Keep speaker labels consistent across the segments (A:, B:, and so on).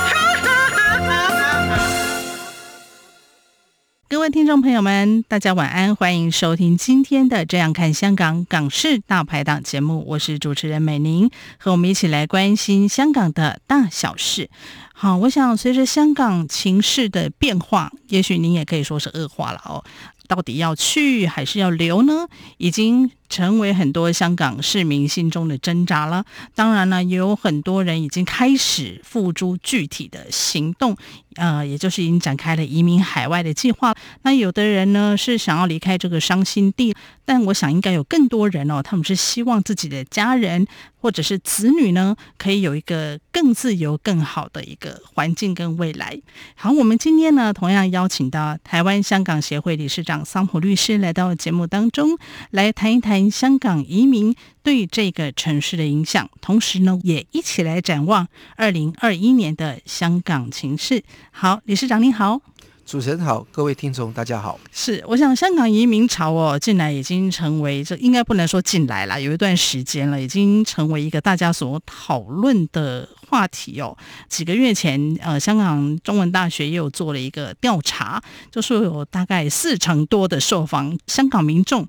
A: 各位听众朋友们，大家晚安，欢迎收听今天的《这样看香港港式大排档》节目，我是主持人美玲，和我们一起来关心香港的大小事。好，我想随着香港情势的变化，也许您也可以说是恶化了哦。到底要去还是要留呢？已经成为很多香港市民心中的挣扎了。当然呢，也有很多人已经开始付诸具体的行动，呃，也就是已经展开了移民海外的计划。那有的人呢是想要离开这个伤心地，但我想应该有更多人哦，他们是希望自己的家人或者是子女呢，可以有一个更自由、更好的一个环境跟未来。好，我们今天呢，同样邀请到台湾香港协会理事长桑普律师来到节目当中，来谈一谈香港移民对这个城市的影响，同时呢，也一起来展望二零二一年的香港情势。好，理事长您好。
B: 主持人好，各位听众大家好。
A: 是，我想香港移民潮哦，近来已经成为这应该不能说近来啦，有一段时间了，已经成为一个大家所讨论的话题哦。几个月前，呃，香港中文大学也有做了一个调查，就说有大概四成多的受访香港民众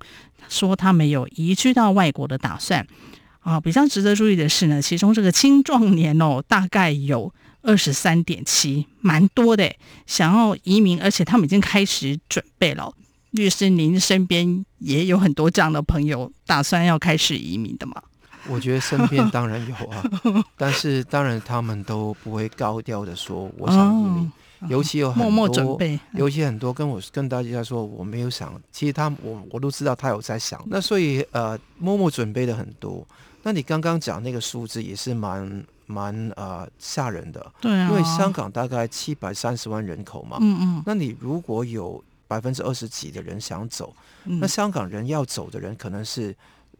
A: 说他们有移居到外国的打算。啊，比较值得注意的是呢，其中这个青壮年哦，大概有二十三点七，蛮多的诶，想要移民，而且他们已经开始准备了哦。律师，您身边也有很多这样的朋友，打算要开始移民的吗？
B: 我觉得身边当然 有啊，但是当然他们都不会高调的说我想移民，尤其有很
A: 哦嗯默
B: 多
A: 默准备，
B: 尤其很多跟我跟大家说我没有想，其实他我我都知道他有在想，那所以呃默默准备的很多。那你刚刚讲那个数字也是蛮蛮呃吓人的，
A: 对啊，
B: 因为香，港大概七百三十万人口嘛，
A: 嗯
B: 那你如果有百分之二十几的人想走，
A: 嗯
B: 那
A: 嗯，
B: 香港人要走的人可能是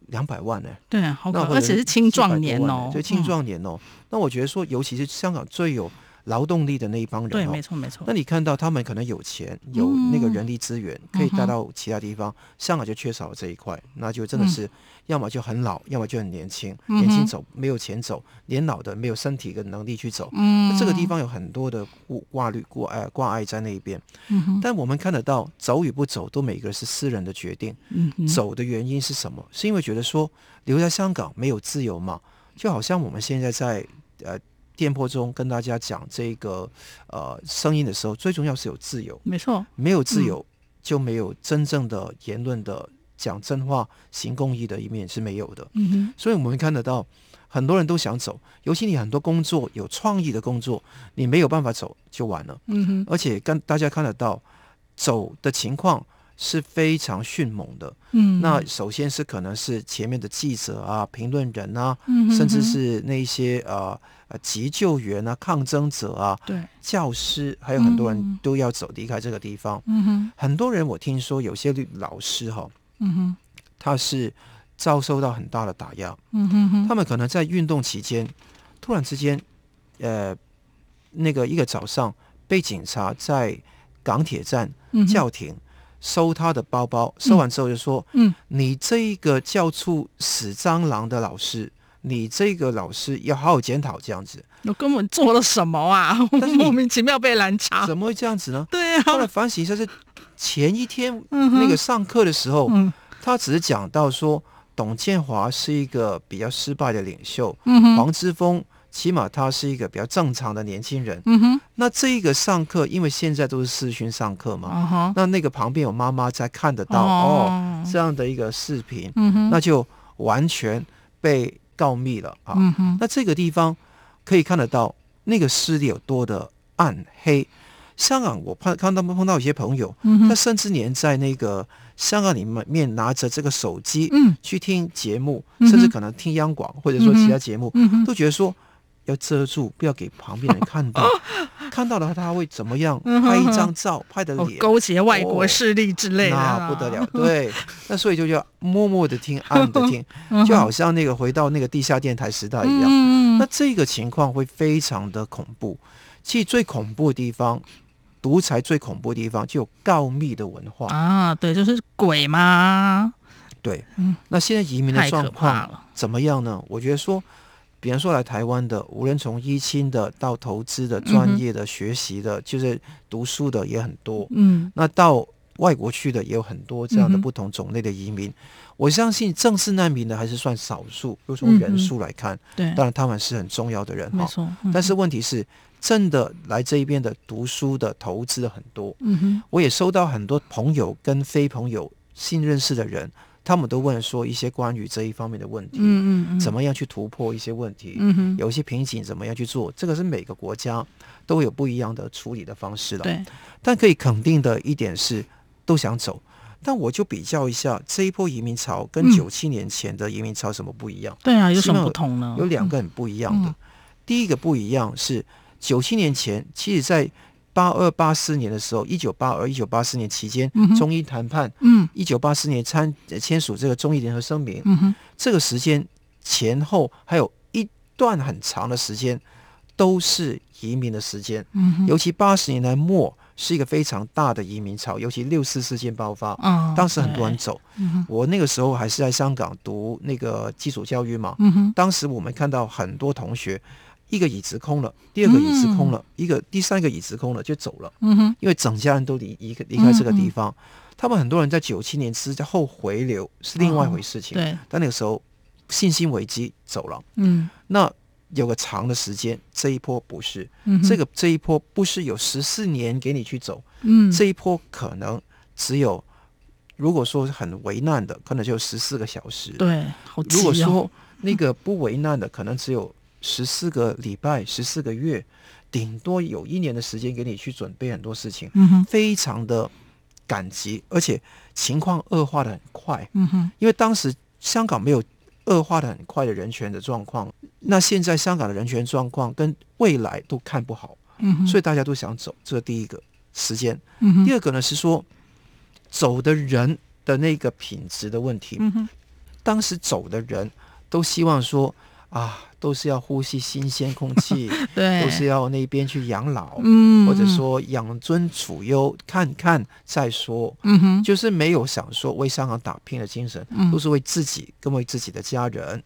B: 两百万呢、
A: 对啊，好可
B: 那
A: 怕，
B: 会
A: 而且是青壮年
B: 400多万
A: 哦
B: 人，对青
A: 嗯，
B: 壮年哦。那我觉得说，尤其是香港最有劳动力的那一帮人、哦，
A: 嗯对，没错嗯没错
B: 那，你看到他们可能有钱，有那个人力资源，可
A: 嗯
B: 以带到其他地方，香港就缺少了这一块，那就真的是要么就很老，要么就很年轻，
A: 嗯
B: 年
A: 嗯哼
B: 轻走没有钱走，年老的没有身体跟能力去走。
A: 嗯
B: 那这个地方有很多的顾挂虑挂呃挂碍在那一边，
A: 嗯哼
B: 但我们看得到走与不走都每个人是私人的决定。
A: 嗯哼
B: 走的原因是什么？是因为觉得说留在香港没有自由嘛？就好像我们现在在呃电波中跟大家讲这个呃声音的时候，最重要是有自由，
A: 没错，
B: 没有自
A: 嗯
B: 由就没有真正的言论的讲真话、行公益的一面是没有的。
A: 嗯哼，
B: 所以我们看得到，很多人都想走，尤其你很多工作有创意的工作，你没有办法走就完了。
A: 嗯哼，
B: 而且跟大家看得到，走的情况是非常迅猛的。
A: 嗯，
B: 那首先是可能是前面的记者啊、评论人啊，
A: 嗯哼
B: 甚至
A: 哼
B: 是那一些呃呃急救员啊、抗争者啊、
A: 对，
B: 教师，还有很多
A: 嗯
B: 人都要走离开这个地方。
A: 嗯哼，
B: 很多人我听说有些律老师哈、
A: 嗯哼，
B: 他是遭受到很大的打压，
A: 嗯哼哼，
B: 他们可能在运动期间突然之间，呃，那个一个早上被警察在港铁站
A: 嗯哼
B: 叫停。收他的包包，收完之后就说：“
A: 嗯
B: 你这一个叫出死蟑螂的老师，你这个老师要好好检讨这样子，
A: 我根本做了什么啊？
B: 但是 你
A: 莫名其妙被拦查。
B: 怎么会这样子呢？
A: 对啊，
B: 后来反省一下，是前一天
A: 嗯哼
B: 那个上课的时候，
A: 嗯
B: 他只是讲到说董建华是一个比较失败的领袖，
A: 嗯哼，
B: 黄之锋起码他是一个比较正常的年轻人。
A: 嗯哼，
B: 那这一个上课，因为现在都是视讯上课嘛，
A: 啊哈，
B: 那那个旁边有妈妈在看得到哦
A: 哦
B: 这样的一个视频，
A: 嗯哼，
B: 那就完全被告密了啊。
A: 嗯哼，
B: 那这个地方可以看得到那个势力有多的暗黑。香港，我碰看到碰到有些朋友，
A: 嗯
B: 他
A: 哼，
B: 甚至连在那个香港里面拿着这个手机
A: 嗯
B: 去听节目，
A: 嗯哼
B: 甚至可能听央广或者说其他节目，
A: 嗯哼，
B: 都觉得说，要遮住，不要给旁边人看 到，看到了他会怎么样？
A: 嗯
B: 拍一张照，拍的
A: 哦
B: 脸。
A: 勾结外国
B: 哦
A: 势力之类的啊，
B: 那不得了，对，那所以就要默默的听，暗的 听，就好像那个回到那个地下电台时代一样。
A: 嗯嗯，嗯嗯
B: 那这个情况会非常的恐怖。其实最恐怖的地方，独裁最恐怖的地方就有告密的文化。
A: 啊，对，就是鬼嘛，
B: 对，
A: 嗯
B: 那现在移民的
A: 太可
B: 状
A: 怕
B: 况
A: 了。
B: 怎么样呢？我觉得说，比方说来台湾的，无论从一亲的到投资
A: 嗯
B: 的、专业的、学习的，就是读书的也很多。
A: 嗯，
B: 那到外国去的也有很多这样的
A: 嗯哼
B: 不同种类的移民。我相信正式难民的还是算少数，就
A: 嗯
B: 从
A: 哼
B: 人数来看，
A: 对，
B: 当然他们是很重要的人
A: 没
B: 哈。
A: 错。嗯
B: 但是问题是，真的来这一边的读书的、投资的很多。
A: 嗯哼，
B: 我也收到很多朋友跟非朋友、新认识的人，他们都问说一些关于这一方面的问题，
A: 嗯嗯嗯，
B: 怎么样去突破一些问题，
A: 嗯哼，
B: 有一些瓶颈怎么样去做，这个是每个国家都有不一样的处理的方式了。
A: 对，
B: 但可以肯定的一点是，都想走。但我就比较一下这一波移民潮跟
A: 嗯
B: 九七年前的移民潮什么不一样？
A: 对啊，有
B: 希
A: 什么
B: 望
A: 不同呢？
B: 有两个很不一样的。
A: 嗯
B: 第一个不一样是九七年前，其实在八二八四年的时候，一九八二一九八四年期间
A: 嗯哼，
B: 中英谈判，
A: 嗯，
B: 一九八四年参呃签署这个中英联合声明，
A: 嗯哼，
B: 这个时间前后还有一段很长的时间都是移民的时间，
A: 嗯哼，
B: 尤其八十年代末是一个非常大的移民潮，尤其六四事件爆发，
A: 啊，
B: 当时很多人
A: 对，
B: 走。
A: 嗯哼，
B: 我那个时候还是在香港读那个基础教育嘛，
A: 嗯哼，
B: 当时我们看到很多同学，一个椅子空了，第二个椅子空了，一个第三个椅子空了就走了，
A: 嗯哼，
B: 因为整家人都离离离开这个地方。
A: 嗯
B: 他们很多人在九七年之后回流是另外一回事情，
A: 哦对，
B: 但那个时候信心危机走了，
A: 嗯
B: 那有个长的时间，这一波不是、
A: 嗯哼，
B: 这个这一波不是有十四年给你去走，
A: 嗯，
B: 这一波可能只有如果说很为难的，可能就十四个小时，
A: 对，好急
B: 如果
A: 哦
B: 说那个不为难的，可能只有十四个礼拜、十四个月，顶多有一年的时间给你去准备很多事情，
A: 嗯哼，
B: 非常的赶急，而且情况恶化的很快，
A: 嗯哼，
B: 因为当时香港没有恶化的很快的人权的状况，那现在香港的人权状况跟未来都看不好，
A: 嗯哼，
B: 所以大家都想走，这是第一个时间。
A: 嗯哼，
B: 第二个呢是说走的人的那个品质的问题，
A: 嗯哼，
B: 当时走的人都希望说啊，都是要呼吸新鲜空 气，
A: 对，
B: 都是要那边去养老，
A: 哎嗯，
B: 或者
A: 嗯，
B: 说养尊处优，看看再说，
A: 嗯哼，
B: 就是没有想说为香港打拼的精神，
A: 嗯
B: 都是为自己跟为自己的家人。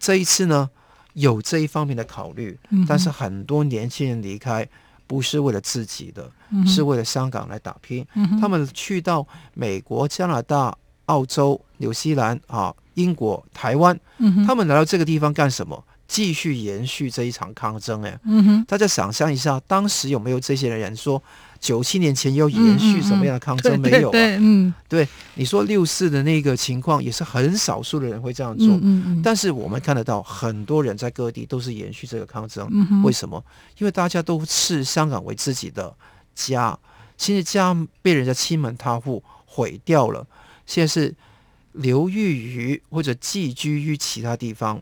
B: 这一次呢，有这一方面的考虑，
A: 嗯
B: 但是很多年轻人离开。不是为了自己的，
A: 嗯哼
B: 是为了香港来打拼。
A: 嗯哼
B: 他们去到美国、加拿大、澳洲、纽西兰啊、英国、台湾，
A: 嗯哼，
B: 他们来到这个地方干什么？继续延续这一场抗争。哎，
A: 嗯哼，
B: 大家想象一下，当时有没有这些人说，九七年前要延续什么样的抗争？
A: 对
B: 没
A: 对
B: 有、啊。
A: 对，嗯，
B: 对你说六四的那个情况，也是很少数的人会这样做。
A: 嗯嗯嗯，
B: 但是我们看得到，很多人在各地都是延续这个抗争。
A: 嗯哼
B: 为什么？因为大家都视香港为自己的家，现在家被人家欺门踏户毁掉了，现在是流寓于或者寄居于其他地方，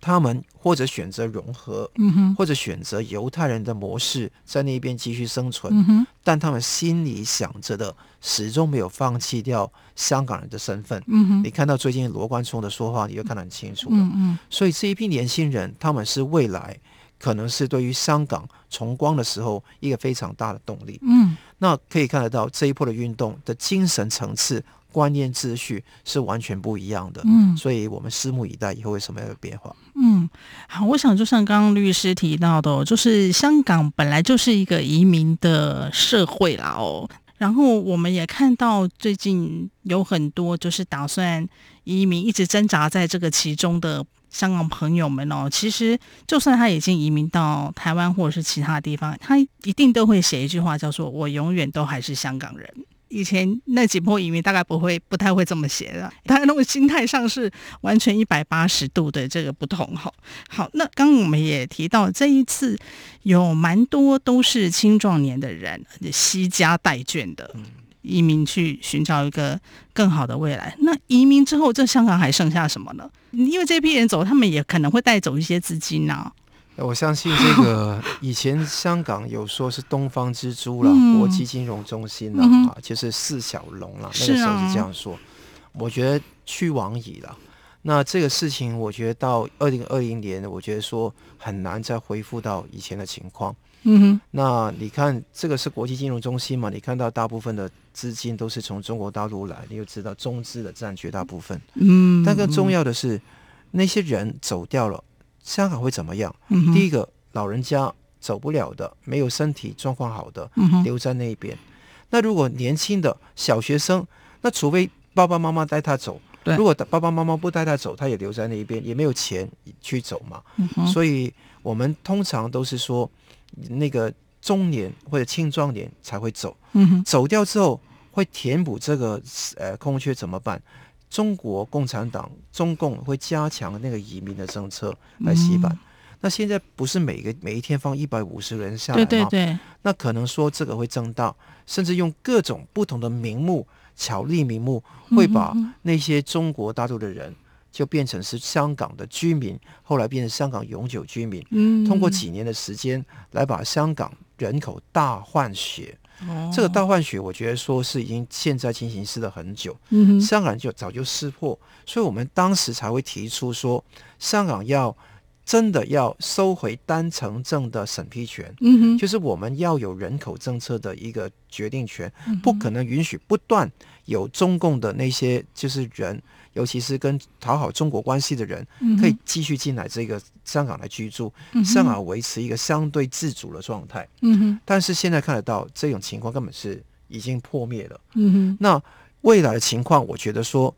B: 他们或者选择融合，
A: 嗯哼，
B: 或者选择犹太人的模式在那边继续生存，
A: 嗯哼，
B: 但他们心里想着的始终没有放弃掉香港人的身份。
A: 嗯哼，
B: 你看到最近罗冠聪的说话，你就看得很清楚了。
A: 嗯嗯，
B: 所以这一批年轻人，他们是未来可能是对于香港重光的时候一个非常大的动力。
A: 嗯，
B: 那可以看得到这一波的运动的精神层次、观念秩序是完全不一样的。
A: 嗯
B: 所以我们拭目以待以后有什么样的变化。
A: 嗯，好，我想就像刚刚律师提到的哦、就是香港本来就是一个移民的社会啦哦。然后我们也看到最近有很多就是打算移民，一直挣扎在这个其中的香港朋友们哦。其实就算他已经移民到台湾或者是其他地方，他一定都会写一句话叫做“我永远都还是香港人”。以前那几波移民大概不会不太会这么写的，他那种心态上是完全一百八十度的这个不同哈。好，那刚刚我们也提到，这一次有蛮多都是青壮年的人惜家带眷的移民去寻找一个更好的未来。那移民之后，这香港还剩下什么呢？因为这批人走，他们也可能会带走一些资金啊。
B: 我相信 这个以前香港有说是东方之珠啦，
A: 嗯
B: 国际金融中心啦，
A: 嗯哼
B: 啊，就是四小龙啦，那
A: 是
B: 个时候
A: 啊
B: 是这样说。我觉得去往矣了。那这个事情，我觉得到二零二零年，我觉得说很难再恢复到以前的情况。
A: 嗯
B: 那你看，这个是国际金融中心嘛？你看到大部分的资金都是从中国大陆来，你就知道中资的占绝大部分。
A: 哼，嗯，
B: 但更重
A: 要，
B: 要的是，那些人走掉了，香港会怎么样？
A: 嗯哼、
B: 第一个，老人家走不了的，没有身体状况好的，
A: 嗯哼，
B: 留在那边。那如果年轻的小学生，那除非爸爸妈妈带他走
A: 对，
B: 如果爸爸妈妈不带他走，他也留在那一边，也没有钱去走嘛。
A: 嗯哼，
B: 所以我们通常都是说，那个中年或者青壮年才会走，
A: 嗯哼，
B: 走掉之后会填补这个呃空缺怎么办？中国共产党中共会加强那个移民的政策来洗版。
A: 嗯
B: 那现在不是每个每一天放一百五十人下来
A: 对
B: 吗？
A: 对对，
B: 那可能说这个会增大，甚至用各种不同的名目、巧立名目，
A: 嗯
B: 会把那些中国大陆的人就变成是香港的居民，后来变成香港永久居民，
A: 嗯，
B: 通过几年的时间来把香港人口大换血。
A: 哦
B: 这个大换血，我觉得说是已经现在进行式了很久，
A: 嗯哼，
B: 香港就早就识破，所以我们当时才会提出说，香港要真的要收回单程证的审批权。
A: 嗯哼，
B: 就是我们要有人口政策的一个决定权，
A: 嗯
B: 不可能允许不断有中共的那些就是人，尤其是跟讨好中国关系的人，
A: 嗯
B: 可以继续进来这个香港来居住，香港维持一个相对自主的状态。
A: 嗯哼，
B: 但是现在看得到这种情况根本是已经破灭了。
A: 嗯哼，
B: 那未来的情况，我觉得说，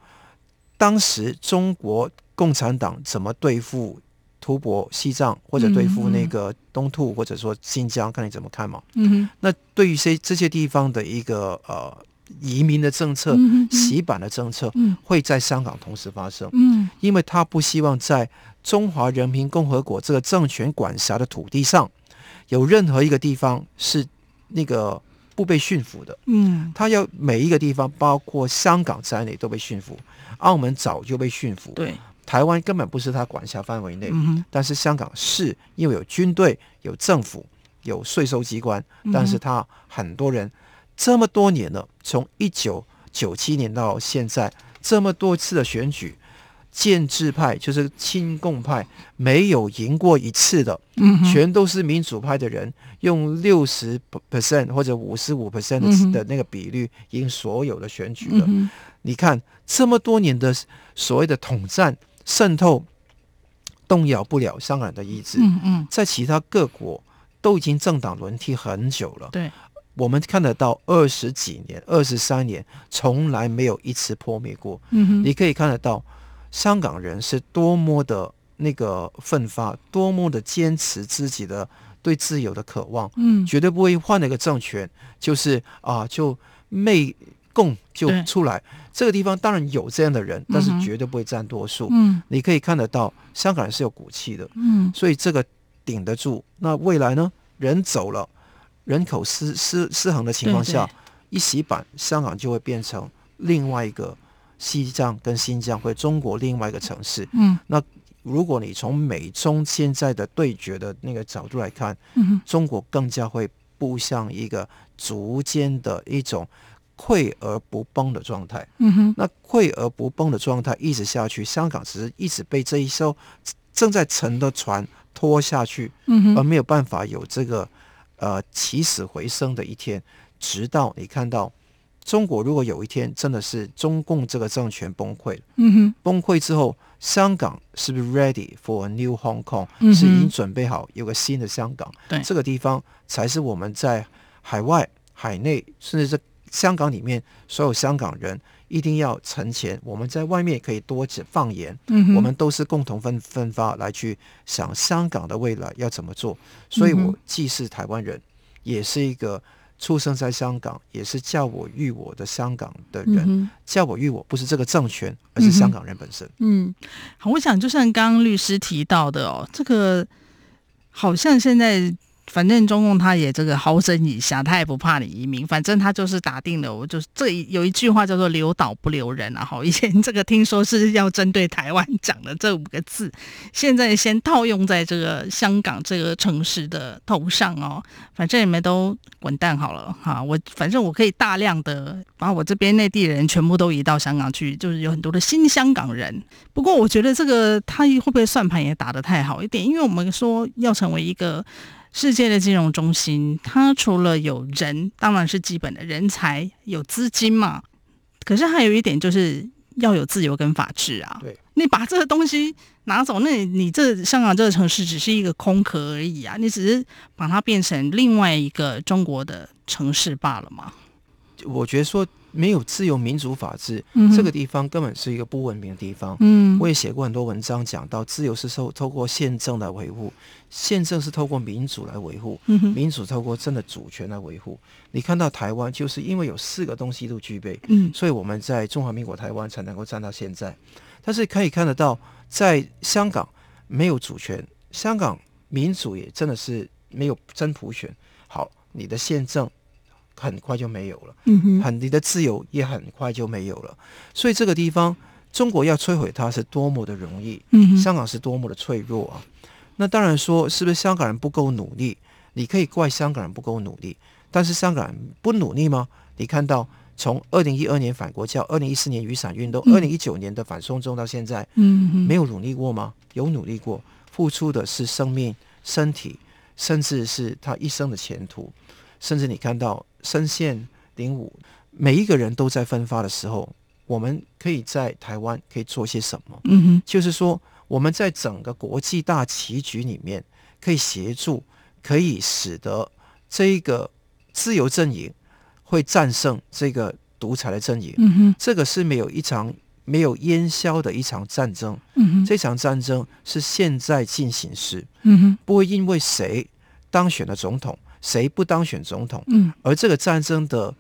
B: 当时中国共产党怎么对付吐蕃、西藏，或者对付那个东突，或者说新疆，看你怎么看嘛。
A: 嗯哼，
B: 那对于这这些地方的一个呃移民的政策、
A: 嗯哼
B: 洗版的政策
A: 嗯，
B: 会在香港同时发生，
A: 嗯
B: 因为他不希望在中华人民共和国这个政权管辖的土地上，有任何一个地方是那个不被驯服的。
A: 嗯，
B: 他要每一个地方，包括香港在内都被驯服，澳门早就被驯服，
A: 对，
B: 台湾根本不是他管辖范围内。
A: 嗯哼，
B: 但是香港是因为有军队、有政府、有税收机关，但是他很多人这么多年了，从一九九七年到现在这么多次的选举，建制派就是亲共派没有赢过一次的，
A: 嗯哼，
B: 全都是民主派的人用六十 percent 或者五十五 percent
A: 嗯哼
B: 的的那个比率赢所有的选举了。
A: 嗯哼，
B: 你看这么多年的所谓的统战渗透，动摇不了香港人的意志。
A: 嗯嗯，
B: 在其他各国都已经政党轮替很久了，
A: 对，
B: 我们看得到二十几年、二十三年，从来没有一次破灭过。
A: 嗯哼，
B: 你可以看得到，香港人是多么的那个奋发，多么的坚持自己的对自由的渴望，
A: 嗯，
B: 绝对不会换了个政权，就是啊，就媚共就
A: 对
B: 出来。这个地方当然有这样的人，但是
A: 嗯哼
B: 绝对不会占多数。
A: 嗯
B: 你可以看得到，香港人是有骨气的，
A: 嗯
B: 所以这个顶得住。那未来呢？人走了，人口失失失衡的情况下，
A: 对
B: 一洗版，香港就会变成另外一个西藏跟新疆，或者中国另外一个城市。
A: 嗯
B: 如果你从美中现在的对决的那个角度来看，
A: 嗯哼，
B: 中国更加会步向一个逐渐的一种溃而不崩的状态。
A: 嗯哼，
B: 那溃而不崩的状态一直下去，香港只是一直被这一艘正在沉的船拖下去，
A: 嗯
B: 而
A: 哼，
B: 没有办法有这个呃起死回生的一天，直到你看到中国如果有一天真的是中共这个政权崩溃了
A: 嗯哼，
B: 崩溃之后，香港是不是 ready for a new Hong Kong？、
A: 嗯哼
B: 是已经准备好有个新的香港？
A: 对
B: 这个地方才是我们在海外、海内，甚至是香港里面所有香港人一定要存钱。我们在外面可以多放言，
A: 嗯哼，
B: 我们都是共同分分发来去想香港的未来要怎么做。所以
A: 嗯哼
B: 我既是台湾人，也是一个出生在香港，也是叫我育我的香港的人。
A: 嗯哼
B: 叫我育我不是这个政权，而是香港人本身。
A: 嗯，好，我想就像刚刚律师提到的哦，这个好像现在反正中共他也这个豪整以暇，他也不怕你移民，反正他就是打定了，我就是这一有一句话叫做“留岛不留人”啊，哈，以前这个听说是要针对台湾讲的这五个字，现在先套用在这个香港这个城市的头上哦，反正你们都滚蛋好了哈，我反正我可以大量的把我这边内地人全部都移到香港去，就是有很多的新香港人，不过我觉得这个他会不会算盘也打得太好一点？因为我们说要成为一个世界的金融中心，它除了有人，当然是基本的人才，有资金嘛。可是还有一点就是要有自由跟法治啊。
B: 对，
A: 你把这个东西拿走，那你你这香港这个城市只是一个空壳而已啊，你只是把它变成另外一个中国的城市罢了嘛。
B: 我觉得说没有自由、民主、法治，
A: 嗯哼
B: 这个地方根本是一个不文明的地方。
A: 嗯
B: 我也写过很多文章，讲到自由是受透过宪政来维护，宪政是透过民主来维护，
A: 嗯哼
B: 民主透过真的主权来维护。你看到台湾，就是因为有四个东西都具备，
A: 嗯
B: 所以我们在中华民国台湾才能够站到现在。但是可以看得到，在香港没有主权，香港民主也真的是没有真普选。好，你的宪政很快就没有了。
A: 嗯哼
B: 很你的自由也很快就没有了。所以这个地方，中国要摧毁它是多么的容易，
A: 嗯哼
B: 香港是多么的脆弱啊！那当然说，是不是香港人不够努力？你可以怪香港人不够努力，但是香港人不努力吗？你看到从二零一二年反国教、二零一四年雨伞运动、
A: 嗯
B: 二零一九年的反送中到现在，
A: 嗯哼
B: 没有努力过吗？有努力过，付出的是生命、身体，甚至是他一生的前途。甚至你看到深陷零五，每一个人都在分发的时候，我们可以在台湾可以做些什么？
A: 嗯哼
B: 就是说，我们在整个国际大棋局里面，可以协助，可以使得这一个自由阵营会战胜这个独裁的阵营。
A: 嗯哼
B: 这个是没有一场没有烟消的一场战争，
A: 嗯哼
B: 这场战争是现在进行时，
A: 嗯哼
B: 不会因为谁当选了总统，谁不当选总统，
A: 嗯
B: 而这个战争的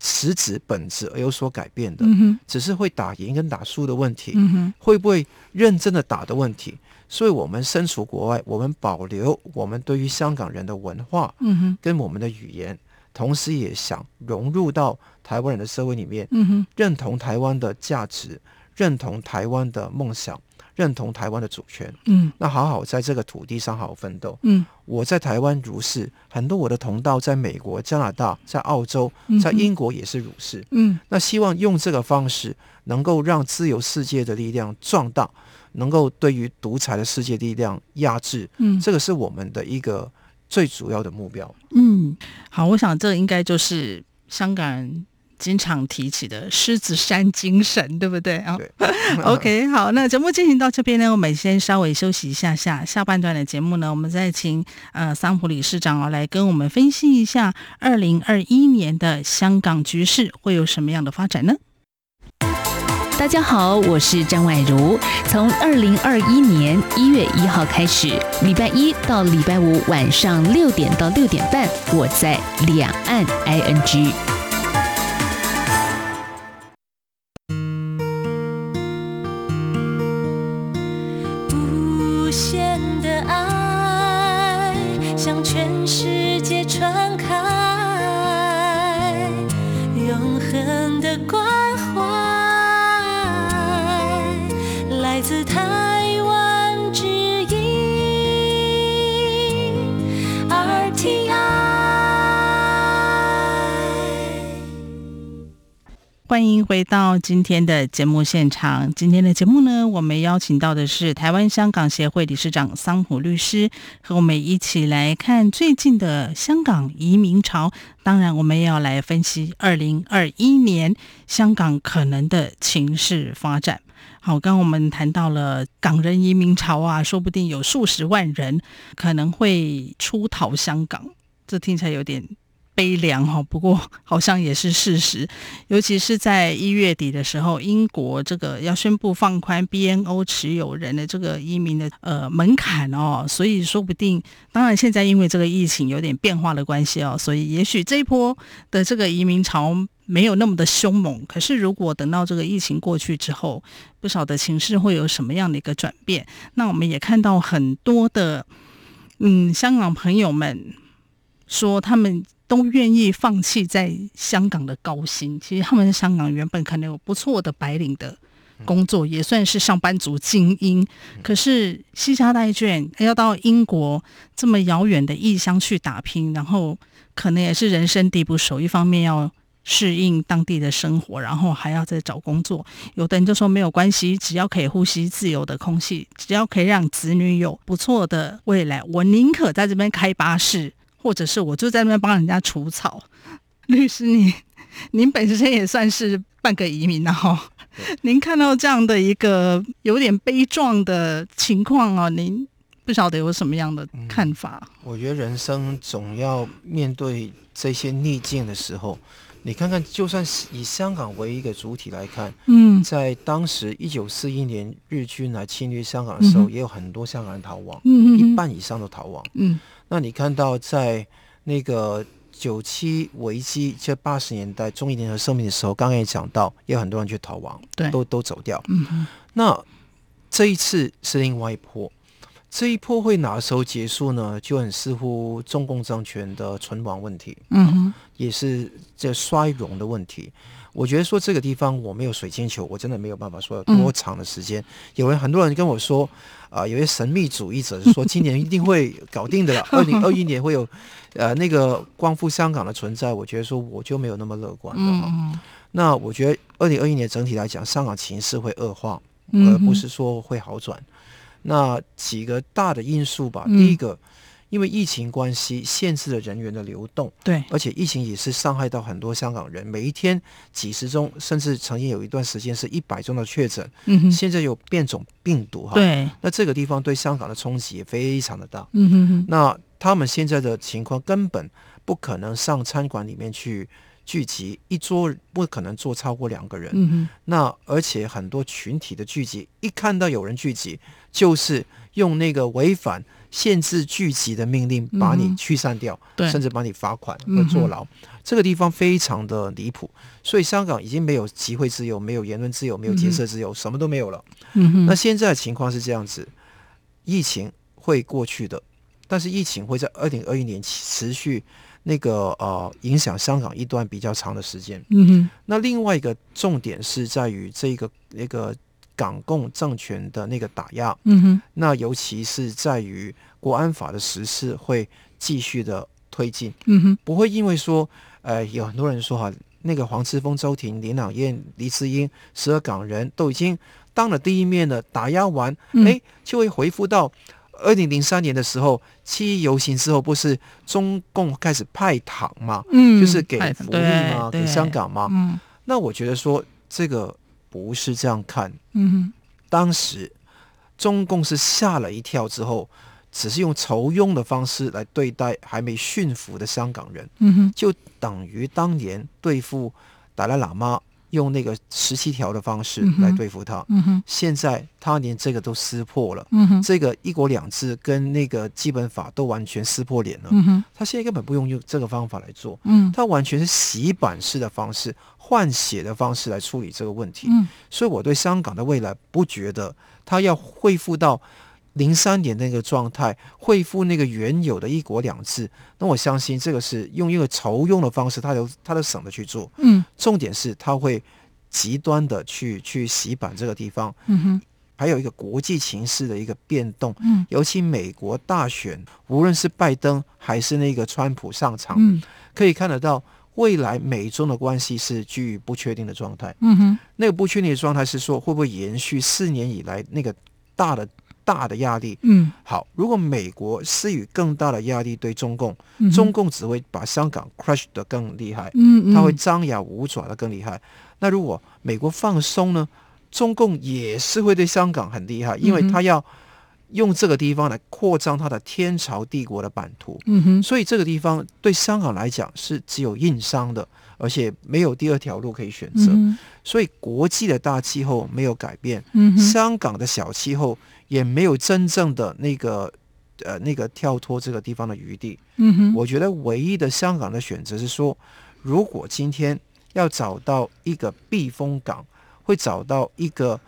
B: 实质本质而有所改变的，
A: 嗯哼
B: 只是会打赢跟打输的问题，
A: 嗯哼
B: 会不会认真的打的问题。所以，我们身处国外，我们保留我们对于香港人的文化，
A: 嗯哼
B: 跟我们的语言，同时也想融入到台湾人的社会里面，
A: 嗯哼
B: 认同台湾的价值，认同台湾的梦想，认同台湾的主权。
A: 嗯
B: 那好好在这个土地上好好奋斗。
A: 嗯
B: 我在台湾如是，很多我的同道在美国、加拿大、在澳洲
A: 嗯哼、
B: 在英国也是如是。
A: 嗯
B: 那希望用这个方式，能够让自由世界的力量壮大，能够对于独裁的世界力量压制。
A: 嗯
B: 这个是我们的一个最主要的目标。
A: 嗯，好，我想这应该就是香港人经常提起的狮子山精神，对不对啊？
B: 对
A: OK，好，那节目进行到这边呢，我们先稍微休息一下下。下半段的节目呢，我们再请呃桑普理事长哦来跟我们分析一下二零二一年的香港局势会有什么样的发展呢？
C: 大家好，我是张婉如。从二零二一年一月一号开始，礼拜一到礼拜五晚上六点到六点半，我在两岸 ING。
D: 无限的爱向全世界传开，永恒的关怀来自台湾之音 RTI。
A: 欢迎回到今天的节目现场。今天的节目呢，我们邀请到的是台湾香港协会理事长桑普律师，和我们一起来看最近的香港移民潮。当然，我们也要来分析二零二一年香港可能的情势发展。好，刚刚我们谈到了港人移民潮啊，说不定有数十万人可能会出逃香港，这听起来有点悲凉哈、哦。不过好像也是事实，尤其是在一月底的时候，英国这个要宣布放宽 BNO 持有人的这个移民的呃门槛哦，所以说不定，当然现在因为这个疫情有点变化的关系哦，所以也许这一波的这个移民潮没有那么的凶猛，可是如果等到这个疫情过去之后，不晓得情势会有什么样的一个转变。那我们也看到很多的嗯，香港朋友们说他们都愿意放弃在香港的高薪，其实他们在香港原本可能有不错的白领的工作，也算是上班族精英。可是西家带眷要到英国这么遥远的异乡去打拼，然后可能也是人生地不熟，一方面要。适应当地的生活，然后还要再找工作。有的人就说没有关系，只要可以呼吸自由的空气，只要可以让子女有不错的未来，我宁可在这边开巴士，或者是我就在那边帮人家除草。律师你，您本身也算是半个移民啊、哦，您看到这样的一个有点悲壮的情况哦，您不晓得有什么样的看法？
B: 我觉得人生总要面对这些逆境的时候，你看看，就算是以香港为一个主体来看，
A: 嗯
B: 在当时一九四一年日军来侵略香港的
A: 嗯
B: 时候，
A: 哼
B: 也有很多香港人逃亡，
A: 嗯
B: 一半以上都逃亡。
A: 嗯
B: 那你看到在那个九七危机，这八十年代中英联合声明的时候，刚刚也讲到，也有很多人去逃亡，
A: 对
B: 都都走掉。
A: 嗯哼
B: 那这一次是另外一波，这一波会哪时候结束呢？就很似乎中共政权的存亡问题，
A: 嗯哼
B: 也是这衰荣的问题。我觉得说这个地方我没有水晶球，我真的没有办法说有多长的时间。有人很多人跟我说，啊、有些神秘主义者是说今年一定会搞 定的了，二零二一年会有，呃，那个光复香港的存在。我觉得说我就没有那么乐观了
A: 嗯
B: 哈。
A: 嗯
B: 那我觉得二零二一年整体来讲，香港情势会恶化，
A: 嗯
B: 而
A: 哼
B: 不是说会好转。那几个大的因素吧，
A: 嗯
B: 第一个，因为疫情关系限制了人员的流动，
A: 对，
B: 而且疫情也是伤害到很多香港人，每一天几十宗，甚至曾经有一段时间是一百宗的确诊，
A: 嗯哼
B: 现在有变种病毒哈，
A: 对，
B: 那这个地方对香港的冲击也非常的大。
A: 嗯哼哼，
B: 那他们现在的情况根本不可能上餐馆里面去聚集，一桌不可能坐超过两个人。
A: 嗯哼。
B: 那而且很多群体的聚集，一看到有人聚集，就是用那个违反限制聚集的命令把
A: 嗯
B: 你
A: 哼
B: 驱散掉，
A: 对
B: 甚至把你罚款
A: 嗯哼
B: 和坐牢。这个地方非常的离谱，所以香港已经没有集会自由，没有言论自由，没有结社自由，什么都没有了。
A: 嗯哼，
B: 那现在的情况是这样子，疫情会过去的，但是疫情会在二零二一年持续那个呃影响香港一段比较长的时间。
A: 嗯哼，
B: 那另外一个重点是在于这个那个港共政权的那个打压，
A: 嗯哼，
B: 那尤其是在于国安法的实施会继续的推进，
A: 嗯哼，
B: 不会因为说，呃，有很多人说哈，那个黄之锋、周庭、林朗彦、黎智英十二港人都已经当了第一面了，打压完，
A: 嗯
B: 哎，就会回复到。二零零三年的时候，七一游行之后，不是中共开始派糖嘛，
A: 嗯
B: 就是给
A: 哎
B: 福利
A: 对
B: 嘛，
A: 对
B: 给香港嘛。
A: 嗯
B: 那我觉得说这个不是这样看，
A: 嗯哼，
B: 当时中共是吓了一跳之后，只是用仇庸的方式来对待还没驯服的香港人，
A: 嗯哼，
B: 就等于当年对付达赖喇嘛用那个十七条的方式
A: 嗯哼
B: 来对付他。
A: 嗯哼，
B: 现在他连这个都撕破了，
A: 嗯哼，
B: 这个一国两制跟那个基本法都完全撕破脸了。
A: 嗯哼，
B: 他现在根本不用用这个方法来做，
A: 嗯
B: 它完全是洗版式的方式、换血的方式来处理这个问题。
A: 嗯
B: 所以我对香港的未来不觉得它要恢复到零三年那个状态，恢复那个原有的一国两制。那我相信这个是用一个仇用的方式，他都他都省得去做。
A: 嗯
B: 重点是他会极端的去去洗版这个地方，
A: 嗯哼，
B: 还有一个国际情势的一个变动。
A: 嗯
B: 尤其美国大选，无论是拜登还是那个川普上场，
A: 嗯
B: 可以看得到，未来美中的关系是居于不确定的状态。
A: 嗯哼，
B: 那个不确定的状态是说，会不会延续四年以来那个大的大的压力？
A: 嗯
B: 好，如果美国施予更大的压力对中共，
A: 嗯，
B: 中共只会把香港 crush 得更厉害，
A: 嗯嗯，
B: 它会张牙舞爪的更厉害。那如果美国放松呢，中共也是会对香港很厉害，因为
A: 嗯哼
B: 它要用这个地方来扩张它的天朝帝国的版图。
A: 嗯哼，
B: 所以这个地方对香港来讲是只有硬伤的，而且没有第二条路可以选择。
A: 嗯
B: 所以国际的大气候没有改变，
A: 嗯哼，
B: 香港的小气候也没有真正的那个呃那个跳脱这个地方的余地。
A: 嗯哼，
B: 我觉得唯一的香港的选择是说，如果今天要找到一个避风港，会找到一个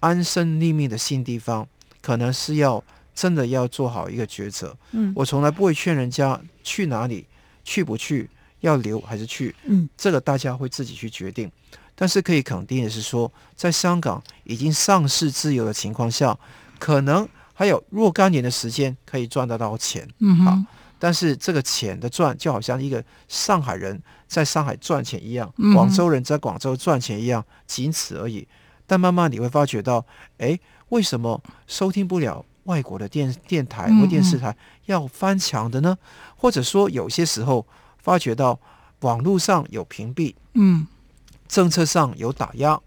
B: 安身立命的新地方，可能是要真的要做好一个抉择。
A: 嗯
B: 我从来不会劝人家去哪里、去不去、要留还是去，
A: 嗯，
B: 这个大家会自己去决定。但是可以肯定的是说，在香港已经丧失自由的情况下，可能还有若干年的时间可以赚得到钱。
A: 嗯哼
B: 好，但是这个钱的赚，就好像一个上海人在上海赚钱一样
A: 嗯，
B: 广州人在广州赚钱一样，仅此而已。但慢慢你会发觉到，哎，为什么收听不了外国的电电台
A: 嗯
B: 或电视台要翻墙的呢？或者说，有些时候发觉到网络上有屏蔽，
A: 嗯
B: 政策上有打压，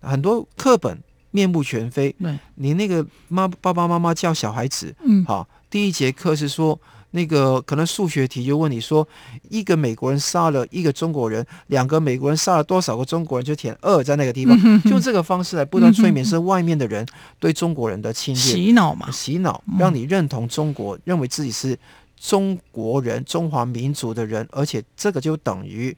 B: 很多课本面目全非。
A: 对，
B: 你那个妈爸爸妈妈教小孩子，
A: 嗯
B: 好，第一节课是说那个可能数学题就问你说，一个美国人杀了一个中国人，两个美国人杀了多少个中国人，就填二在那个地方，
A: 嗯
B: 就用这个方式来不断催眠是外面的人对中国人的侵略、
A: 洗脑嘛，嗯
B: 洗脑，让你认同中国，认为自己是中国人、中华民族的人，而且这个就等于。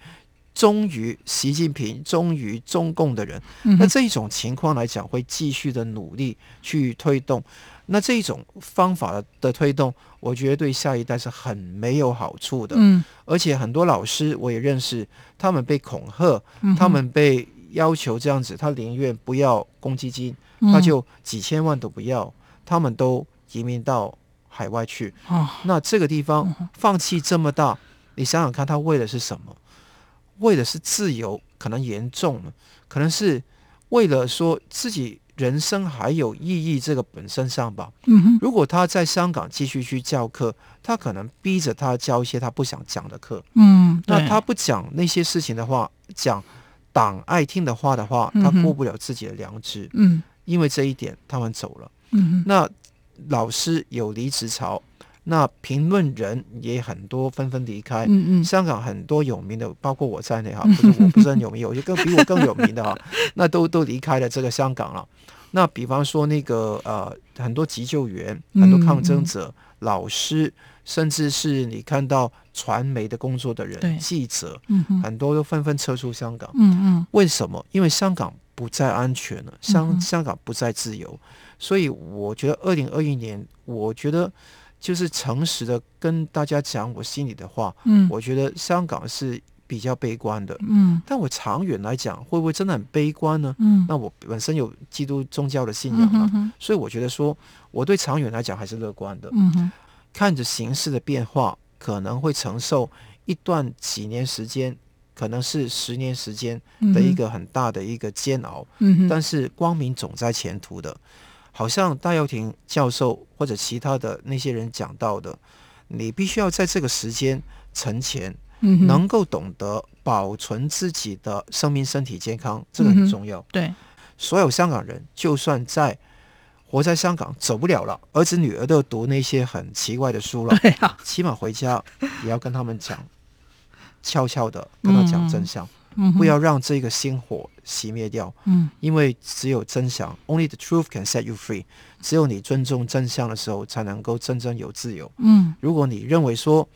B: 忠于习近平、忠于中共的人，
A: 嗯
B: 那
A: 哼
B: 这一种情况来讲，会继续的努力去推动。那这一种方法的的推动，我觉得对下一代是很没有好处的。
A: 嗯
B: 而且很多老师我也认识，他们被恐吓，
A: 嗯哼
B: 他们被要求这样子，他宁愿不要公积金，
A: 嗯
B: 他就几千万都不要，他们都移民到海外去。
A: 哦，
B: 那这个地方放弃这么大，你想想看，他为的是什么？为的是自由，可能严重了，可能是为了说自己人生还有意义这个本身上吧。
A: 嗯哼
B: 如果他在香港继续去教课，他可能逼着他教一些他不想讲的课。
A: 嗯，
B: 那
A: 对
B: 他不讲那些事情的话，讲党爱听的话的话，他
A: 嗯哼
B: 过不了自己的良知，
A: 嗯
B: 因为这一点他们走了。
A: 嗯哼
B: 那老师有离职潮，那评论人也很多纷纷离开。
A: 嗯嗯
B: 香港很多有名的，包括我在 内哈，不是我不是很有名，有些更比我更有名的哈， 那都都离开了这个香港了。那比方说那个呃，很多急救员、很多抗争
A: 嗯
B: 者、老师，甚至是你看到传媒的工作的
A: 对
B: 人、记者，
A: 嗯哼
B: 很多都纷纷撤出香港。
A: 嗯嗯
B: 为什么？因为香港不再安全了，
A: 嗯
B: 香
A: 哼
B: 香港不再自由，所以我觉得二零二一年，我觉得就是诚实的跟大家讲我心里的话，
A: 嗯
B: 我觉得香港是比较悲观的。
A: 嗯
B: 但我长远来讲，会不会真的很悲观呢？
A: 嗯，
B: 那我本身有基督宗教的信
A: 嗯
B: 仰啊
A: 哼，哼
B: 所以我觉得说，我对长远来讲还是乐观的。
A: 嗯哼
B: 看着形势的变化，可能会承受一段几年时间，可能是十年时间
A: 嗯
B: 的
A: 哼
B: 一个很大的一个煎熬。
A: 嗯哼
B: 但是光明总在前途的，好像戴耀廷教授或者其他的那些人讲到的，你必须要在这个时间沉潜，
A: 嗯哼
B: 能够懂得保存自己的生命、身体健康，这个
A: 嗯
B: 很
A: 哼
B: 重要。
A: 对
B: 所有香港人，就算在活在香港走不了了，儿子女儿都读那些很奇怪的书了，
A: 对啊，
B: 起码回家也要跟他们讲，悄悄的跟他讲真相，
A: 嗯哼
B: 不要让这个星火熄灭掉。
A: 嗯
B: 因为只有真相，Only the truth can set you free。只有你尊重真相的时候，才能够真正有自由。
A: 嗯
B: 如果你认为说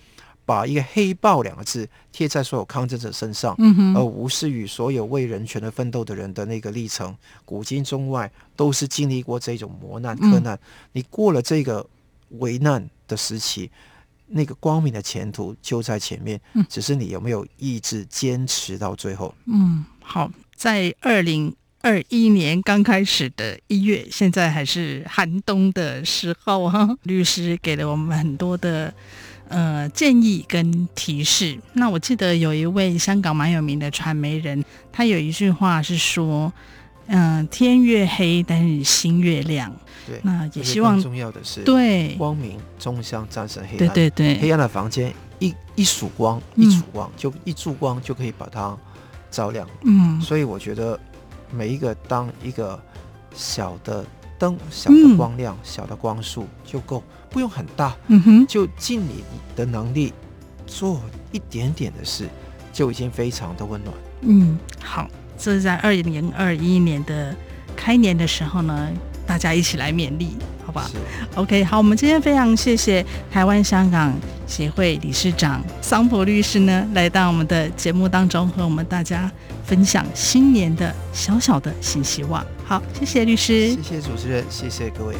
B: 把一个“黑豹”两个字贴在所有抗争者身上，
A: 嗯哼
B: 而无视于所有为人权的奋斗的人的那个历程，古今中外都是经历过这种磨难、
A: 嗯
B: 困难。你过了这个危难的时期，那个光明的前途就在前面，只是你有没有意志坚持到最后。
A: 嗯，好，在二零二一年刚开始的一月，现在还是寒冬的时候哈、 律师给了我们很多的呃建议跟提示。那我记得有一位香港蛮有名的传媒人，他有一句话是说。嗯、天越黑，但是心越亮。
B: 对，
A: 那也
B: 而且
A: 希望
B: 更重要的是，
A: 对
B: 光明终将战胜黑暗。
A: 对对对，
B: 黑暗的房间一一束光，
A: 嗯
B: 一束光、就一束光就可以把它照亮。
A: 嗯
B: 所以我觉得每一个当一个小的灯、小的光亮、小的光束就够，不用很大，
A: 嗯哼，
B: 就尽你的能力做一点点的事，就已经非常的温暖。
A: 嗯，好，这是在二零二一年的开年的时候呢，大家一起来勉励，好吧
B: 是，
A: ？OK，好，我们今天非常谢谢台湾香港协会理事长桑普律师呢，来到我们的节目当中和我们大家分享新年的小小的新希望。好，谢谢律师。
B: 谢谢主持人，谢谢各位。